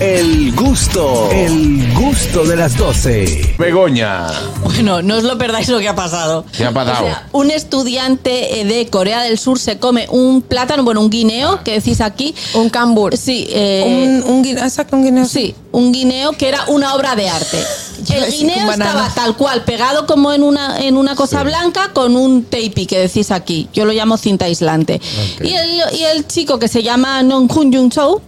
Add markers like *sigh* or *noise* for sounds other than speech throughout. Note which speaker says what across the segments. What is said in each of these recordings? Speaker 1: El gusto, el gusto de las 12.
Speaker 2: Begoña.
Speaker 3: Bueno, no os lo perdáis lo que ha pasado.
Speaker 2: ¿Qué ha pasado?
Speaker 3: O sea, un estudiante eh, de Corea del Sur se come un plátano, bueno, un guineo, que decís aquí.
Speaker 4: Ah. Un cambur.
Speaker 3: Sí, eh,
Speaker 4: Un, un guineo. Exacto, un guineo.
Speaker 3: sí, un guineo que era una obra de arte.
Speaker 4: Yo iba a
Speaker 3: El
Speaker 4: decir
Speaker 3: guineo
Speaker 4: un banano.
Speaker 3: estaba tal cual, pegado como en una, en una cosa blanca con un tape que decís aquí. Yo lo llamo cinta aislante.
Speaker 2: Ok.
Speaker 3: Y, el, y el chico que se llama Nong Hun Jung Cho,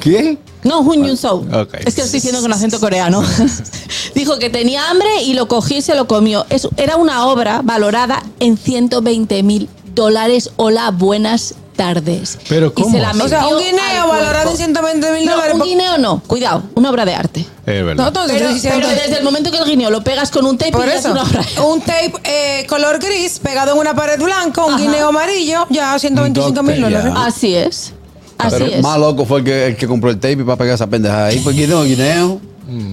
Speaker 2: ¿Qué?
Speaker 3: no, Hun Yun Soo.
Speaker 2: Ok.
Speaker 3: Es que lo estoy diciendo con acento coreano. *laughs* Dijo que tenía hambre y lo cogió y se lo comió. Es- era una obra valorada en 120 mil dólares. Hola, buenas tardes.
Speaker 5: Pero
Speaker 3: Y
Speaker 5: ¿cómo
Speaker 3: se la
Speaker 5: así?
Speaker 4: O sea,
Speaker 3: metió
Speaker 4: un
Speaker 3: al
Speaker 4: guineo valorado
Speaker 3: cuerpo.
Speaker 4: en 120 mil
Speaker 3: No,
Speaker 4: dólares.
Speaker 3: un
Speaker 4: por-
Speaker 3: guineo no. Cuidado, una obra de arte.
Speaker 5: Es verdad.
Speaker 4: Nosotros
Speaker 3: Pero,
Speaker 4: diciendo-
Speaker 3: pero desde el momento que el guineo lo pegas con un tape
Speaker 4: Por
Speaker 3: ya es
Speaker 4: eso,
Speaker 3: una obra.
Speaker 4: un tape eh, color gris pegado en una pared blanca, un
Speaker 3: Ajá.
Speaker 4: guineo amarillo, ya 125
Speaker 5: Un
Speaker 4: mil
Speaker 5: doctor,
Speaker 4: dólares.
Speaker 5: ya.
Speaker 3: Así es. Así
Speaker 6: Pero
Speaker 3: es.
Speaker 6: más loco fue el que, el que compró el tape y para pegar esa pendejada ahí. Pues guineo, guineo.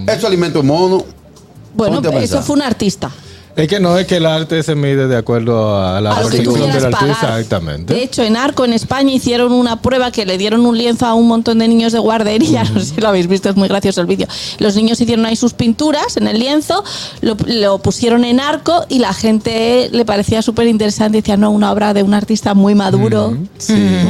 Speaker 6: Eso alimento mono.
Speaker 3: Bueno,
Speaker 6: ponte a
Speaker 3: eso
Speaker 6: pensar.
Speaker 3: fue un artista.
Speaker 5: Es que no es que el arte se mide de acuerdo a la
Speaker 3: a lo que tú
Speaker 5: percepción del
Speaker 3: quieras
Speaker 5: artista.
Speaker 3: pagar.
Speaker 5: Exactamente.
Speaker 3: De hecho, en Arco, en España, hicieron una prueba que le dieron un lienzo a un montón de niños de guardería. *laughs* No sé si lo habéis visto, es muy gracioso el vídeo. Los niños hicieron ahí sus pinturas en el lienzo, lo, lo pusieron en Arco y la gente le parecía súper interesante. Decía, no, una obra de un artista muy maduro,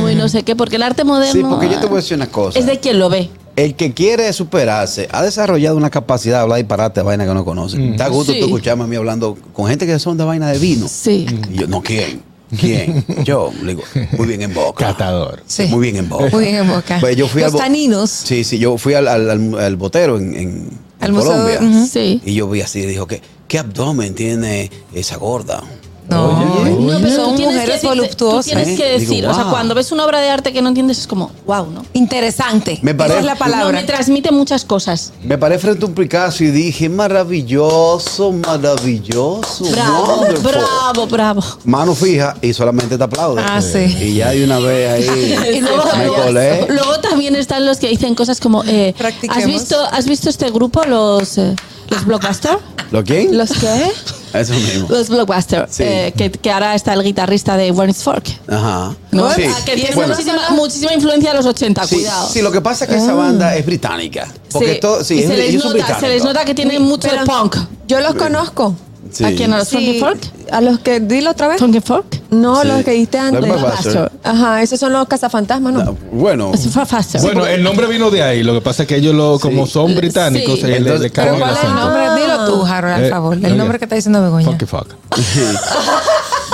Speaker 3: muy no sé qué, porque el arte moderno.
Speaker 6: Sí, porque yo te voy a decir una cosa.
Speaker 3: Es de quien lo ve.
Speaker 6: El que quiere superarse ha desarrollado una capacidad de hablar disparate de vaina que no conoce. Está a gusto
Speaker 3: Sí.
Speaker 6: tú escucharme a mí hablando con gente que son de vaina de vino.
Speaker 3: Sí.
Speaker 6: Y yo, no, ¿quién? ¿Quién? yo, le digo, muy bien en boca.
Speaker 5: Catador.
Speaker 4: Sí.
Speaker 6: Muy bien en boca.
Speaker 4: Muy bien en boca.
Speaker 6: Pues yo fui
Speaker 4: Los
Speaker 6: al bo-
Speaker 4: taninos.
Speaker 6: Sí, sí, yo fui al, al- al- al botero en, en-
Speaker 4: Al
Speaker 6: en
Speaker 4: museo,
Speaker 6: Colombia.
Speaker 4: ujú.
Speaker 3: Sí.
Speaker 6: Y yo vi así y dijo, ¿qué, ¿qué abdomen tiene esa gorda?
Speaker 4: No.
Speaker 3: No, pero
Speaker 4: Son
Speaker 3: tú tienes
Speaker 4: mujeres
Speaker 3: que, dice-
Speaker 4: voluptuosas.
Speaker 3: Tú tienes que
Speaker 6: ¿eh? Digo,
Speaker 3: decir, o sea,
Speaker 6: "Guau".
Speaker 3: cuando ves una obra de arte que no entiendes, es como, wow, ¿no?
Speaker 4: Interesante.
Speaker 6: Me parece-
Speaker 4: Esa es la
Speaker 3: No,
Speaker 4: palabra.
Speaker 3: me transmite muchas cosas.
Speaker 6: Me paré frente a un Picasso y dije, maravilloso, maravilloso.
Speaker 3: Bravo,
Speaker 6: wonderful".
Speaker 3: bravo, bravo.
Speaker 6: Mano fija y solamente te aplaude.
Speaker 4: Ah, sí.
Speaker 6: Y ya de una vez ahí
Speaker 3: *laughs*
Speaker 6: ¿eh?
Speaker 3: Y luego,
Speaker 6: me colé.
Speaker 3: luego también están los que dicen cosas como eh, ¿has
Speaker 4: Practiquemos.
Speaker 3: visto has visto este grupo los eh, los blockbuster?
Speaker 6: ¿Lo quién?
Speaker 3: ¿Los qué?
Speaker 6: *laughs* Eso mismo.
Speaker 3: Los blockbuster,
Speaker 6: Sí.
Speaker 3: eh, que, que ahora está el guitarrista de Warren Fork.
Speaker 6: Ajá.
Speaker 3: ¿no?
Speaker 6: Sí.
Speaker 3: Ah, Que tiene
Speaker 6: Bueno,
Speaker 3: muchísima, muchísima influencia de los 80,
Speaker 6: sí,
Speaker 3: cuidado. Ah.
Speaker 6: sí, lo que pasa es que esa banda es británica. Porque
Speaker 3: Sí.
Speaker 6: todo, sí,
Speaker 3: Y
Speaker 6: es-
Speaker 3: se, les
Speaker 6: ellos son
Speaker 3: nota, se les
Speaker 6: británicos.
Speaker 3: nota que tienen mucho de
Speaker 4: Pero-
Speaker 3: punk.
Speaker 4: Yo los conozco.
Speaker 6: Sí.
Speaker 3: ¿A quién? ¿A los
Speaker 4: Sí.
Speaker 3: Funk and Fork?
Speaker 7: A los que dilo otra vez.
Speaker 3: ¿Funk and Fork?
Speaker 7: No,
Speaker 6: Sí.
Speaker 7: los que diste
Speaker 6: Los
Speaker 7: antes.
Speaker 6: Blockbuster.
Speaker 7: Ajá, esos son los cazafantasmas, ¿no?
Speaker 6: No, Ah, Bueno,
Speaker 3: Es fa- faster.
Speaker 5: Bueno, el nombre vino de ahí. Lo que pasa es que ellos, lo, como
Speaker 6: Sí.
Speaker 5: son británicos,
Speaker 3: Sí.
Speaker 5: eh, le- le,
Speaker 6: Entonces,
Speaker 4: Pero
Speaker 5: cambian
Speaker 4: ¿cuál
Speaker 5: el
Speaker 4: es el
Speaker 5: acento.
Speaker 4: nombre? Dilo tú, Harold, al
Speaker 5: Eh,
Speaker 4: favor. El
Speaker 5: ok.
Speaker 4: nombre que está diciendo Begoña.
Speaker 5: Fuck you, fuck.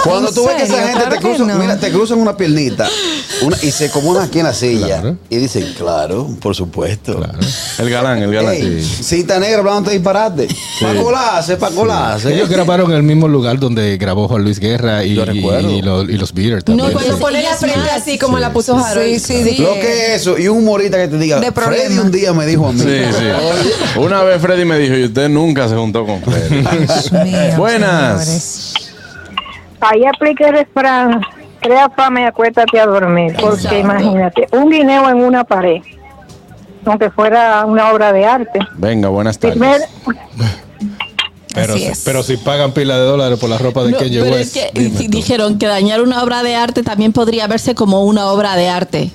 Speaker 6: Cuando
Speaker 4: ¿En
Speaker 6: tú ves que esa
Speaker 4: serio?
Speaker 6: gente
Speaker 4: Claro
Speaker 6: te
Speaker 4: que
Speaker 6: cruzan,
Speaker 4: no.
Speaker 6: mira, te cruzan una piernita una- y se acomodan aquí en la silla.
Speaker 5: Claro.
Speaker 6: Y dicen, claro, por supuesto.
Speaker 5: Claro. El galán, el galán.
Speaker 6: Ey,
Speaker 5: Sí.
Speaker 6: cinta negra hablando de disparate. Pa' colarse, pa' colarse.
Speaker 5: Ellos grabaron en el mismo lugar donde grabó Juan Luis Guerra y,
Speaker 6: Yo
Speaker 5: y-
Speaker 6: recuerdo.
Speaker 5: y los, y los Beaters
Speaker 3: No,
Speaker 5: también.
Speaker 3: cuando-
Speaker 7: Poner la
Speaker 3: Ellas
Speaker 7: frente
Speaker 3: más.
Speaker 7: así como la puso Harold.
Speaker 4: Sí, sí, dije.
Speaker 6: Lo que es eso, y un humorista que te diga,
Speaker 4: De problema.
Speaker 6: Freddy un día me dijo a mí.
Speaker 2: Sí, sí. Una vez Freddy me dijo, y usted nunca se juntó con Freddy.
Speaker 4: *laughs* Dios mío,
Speaker 2: Buenas.
Speaker 4: señores.
Speaker 8: Ahí aplica el refrán, crea fama y acuéstate a dormir, porque
Speaker 3: Exacto.
Speaker 8: imagínate, un guineo en una pared, aunque fuera una obra de arte.
Speaker 2: Venga, buenas
Speaker 8: Primer,
Speaker 2: tardes.
Speaker 5: pero,
Speaker 4: Así es.
Speaker 5: pero si pagan pila de dólares por la ropa de
Speaker 3: No,
Speaker 5: Kanye
Speaker 3: pero
Speaker 5: West.
Speaker 3: es que di- *laughs* dijeron que dañar una obra de arte también podría verse como una obra de arte.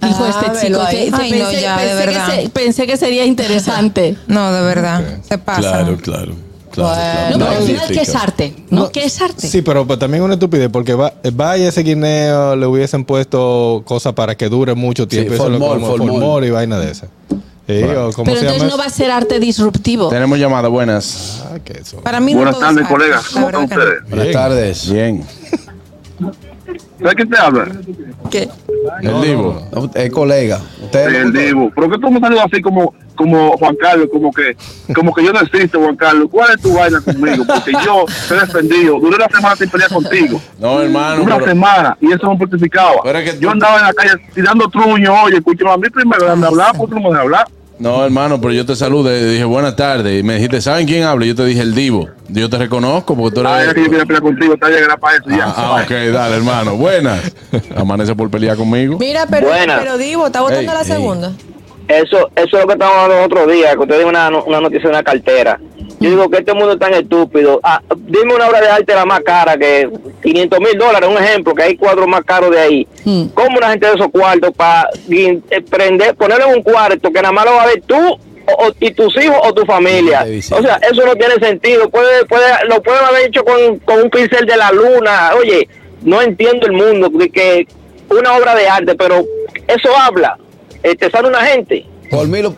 Speaker 3: Dijo
Speaker 4: Ah,
Speaker 3: este
Speaker 4: velo
Speaker 3: chico.
Speaker 4: ahí.
Speaker 3: Que,
Speaker 4: Ay, no, ya, de verdad.
Speaker 3: Que se- pensé que
Speaker 6: *laughs*
Speaker 3: sería interesante.
Speaker 4: No, de verdad. Se pasa.
Speaker 6: claro.
Speaker 3: No,
Speaker 6: claro,
Speaker 3: pero al
Speaker 6: sí,
Speaker 3: final,
Speaker 6: sí,
Speaker 3: ¿qué es
Speaker 6: claro.
Speaker 3: arte? ¿No? ¿Qué es arte?
Speaker 5: Sí, pero pues, también una estupidez, porque va- vaya ese guineo, le hubiesen puesto cosas para que dure mucho tiempo.
Speaker 6: Sí,
Speaker 5: eso es lo
Speaker 6: formol,
Speaker 5: como
Speaker 6: formol.
Speaker 5: formol y vaina de esa. Sí, o
Speaker 3: pero
Speaker 5: ¿cómo se
Speaker 3: entonces
Speaker 5: llama
Speaker 3: no va a
Speaker 5: eso?
Speaker 3: ser arte disruptivo.
Speaker 2: Tenemos llamada, buenas.
Speaker 5: Ah, que eso.
Speaker 4: Para mí
Speaker 9: Buenas
Speaker 4: todo
Speaker 9: tardes,
Speaker 4: es arte,
Speaker 9: colegas.
Speaker 4: la
Speaker 9: ¿Cómo
Speaker 4: verdad
Speaker 9: están
Speaker 4: que no.
Speaker 9: ustedes?
Speaker 6: Buenas
Speaker 5: Bien.
Speaker 6: tardes.
Speaker 2: Bien.
Speaker 9: ¿De qué te hablan?
Speaker 3: ¿Qué?
Speaker 2: El Divo.
Speaker 6: No, eh, colega, usted es
Speaker 9: El
Speaker 6: locutor.
Speaker 9: Divo. ¿Pero qué tú me saludas así como, como Juan Carlos? Como que, como que yo no existo, Juan Carlos. ¿Cuál es tu vaina conmigo? Porque yo te he defendido. Duré una semana sin pelear contigo.
Speaker 2: No, hermano.
Speaker 9: Una
Speaker 2: pero-
Speaker 9: semana. Y eso me mortificaba.
Speaker 2: Pero es que tú-
Speaker 9: Yo andaba en la calle tirando truño. Oye, escúchame, a mí primero de hablar, pues, por último de hablar.
Speaker 2: No, hermano, pero yo te saludé, dije buenas tardes. Y me dijiste, ¿saben quién habla? Yo te dije el Divo. Yo te reconozco porque tú
Speaker 9: Ah,
Speaker 2: eres.
Speaker 9: era que yo quería pelear contigo. Está llegando para eso. Ya.
Speaker 2: Ah, ah, ok, dale, hermano. Buenas. Amanece por pelear conmigo.
Speaker 7: Mira, pero,
Speaker 10: Buenas.
Speaker 7: pero Divo, está votando
Speaker 2: Ey,
Speaker 7: la
Speaker 2: ey.
Speaker 7: segunda.
Speaker 10: Eso, eso es lo que estábamos hablando el otro día, que usted dio una, no- una noticia de una cartera. Yo digo que este mundo es tan estúpido. Ah, dime una obra de arte la más cara, que 500 mil dólares, un ejemplo, que hay cuadros más caros de ahí. ¿Cómo una gente de esos cuartos para guin- eh, prender, ponerle un cuarto que nada más lo va a ver tú o- o- y tus hijos o tu familia? O sea, eso no tiene sentido. Puede, puede, lo pueden haber hecho con, con un pincel de la luna. Oye, no entiendo el mundo de que una obra de arte, pero eso habla. Eh, Te sale una gente.
Speaker 6: Por mí lo,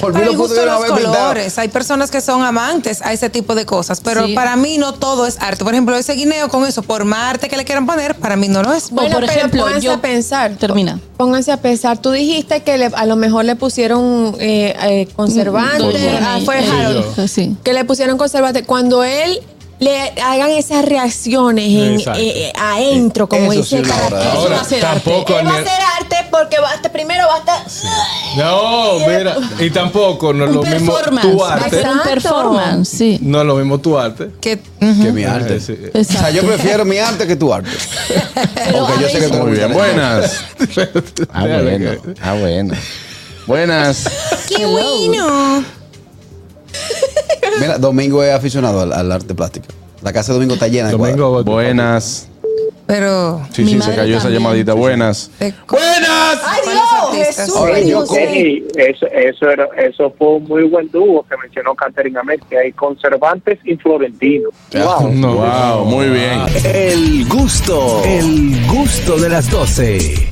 Speaker 6: por mí
Speaker 4: Para
Speaker 6: lo
Speaker 4: el gusto de
Speaker 6: pudieron
Speaker 4: los
Speaker 6: haber pintado.
Speaker 4: colores, hay personas que son amantes a ese tipo de cosas, pero
Speaker 3: Sí.
Speaker 4: para mí no todo es arte. Por ejemplo, ese guineo con eso, por más arte que le quieran poner, para mí no lo es.
Speaker 3: Bueno, por
Speaker 7: pero
Speaker 3: ejemplo,
Speaker 7: pónganse
Speaker 3: yo-
Speaker 7: a pensar.
Speaker 3: Termina.
Speaker 7: Pónganse a pensar. Tú dijiste que le- a lo mejor le pusieron eh, eh,
Speaker 3: Voy
Speaker 7: conservante.
Speaker 3: yo.
Speaker 7: Ah, fue
Speaker 3: Voy
Speaker 7: Harold.
Speaker 3: yo. Mm, Sí.
Speaker 7: que le pusieron conservante, cuando él le hagan esas reacciones en,
Speaker 5: Exacto.
Speaker 7: eh, eh, adentro, como
Speaker 6: Eso
Speaker 7: dice
Speaker 6: sí es una obra de
Speaker 7: Caracol.
Speaker 6: arte.
Speaker 5: Ahora, tampoco
Speaker 7: Él va a
Speaker 5: ni-
Speaker 7: hacer arte porque va a estar- primero va a estar.
Speaker 5: No, mira, y tampoco no es
Speaker 3: Un
Speaker 5: lo mismo
Speaker 3: performance.
Speaker 5: tu
Speaker 3: va a
Speaker 5: arte.
Speaker 3: ser un
Speaker 7: Exacto.
Speaker 3: performance, sí.
Speaker 5: No es lo mismo tu arte. Eh,
Speaker 4: Que
Speaker 6: Que mi arte.
Speaker 5: Sí.
Speaker 6: O sea, yo
Speaker 3: Exacto.
Speaker 6: prefiero mi arte que
Speaker 4: *laughs*
Speaker 6: tu arte. Aunque yo sé que tú eres
Speaker 2: Muy bien,
Speaker 6: inteligente.
Speaker 2: buenas.
Speaker 5: *laughs*
Speaker 11: Ah, bueno. Ah, bueno.
Speaker 2: Buenas.
Speaker 4: ¡Qué bueno!
Speaker 6: Mira, Domingo es aficionado al, al arte plástico. La casa de Domingo está llena de cuadros.
Speaker 5: Domingo,
Speaker 2: Buenas.
Speaker 4: Pero.
Speaker 2: Sí,
Speaker 3: Mi
Speaker 2: sí, se
Speaker 3: madre
Speaker 2: cayó esa
Speaker 3: también.
Speaker 2: llamadita. Buenas.
Speaker 4: te-
Speaker 2: Buenas.
Speaker 7: ¡Ay,
Speaker 4: Con los
Speaker 7: Dios!
Speaker 4: artistas.
Speaker 7: Jesús,
Speaker 6: Ahora, yo
Speaker 7: Dios
Speaker 6: como-
Speaker 7: mío.
Speaker 9: Sí, eso, eso, era, eso fue un muy buen dúo que mencionó Caterina Mel, que hay conservantes y florentinos. Wow.
Speaker 5: No.
Speaker 2: Wow, muy bien.
Speaker 1: El gusto, el gusto de las 12.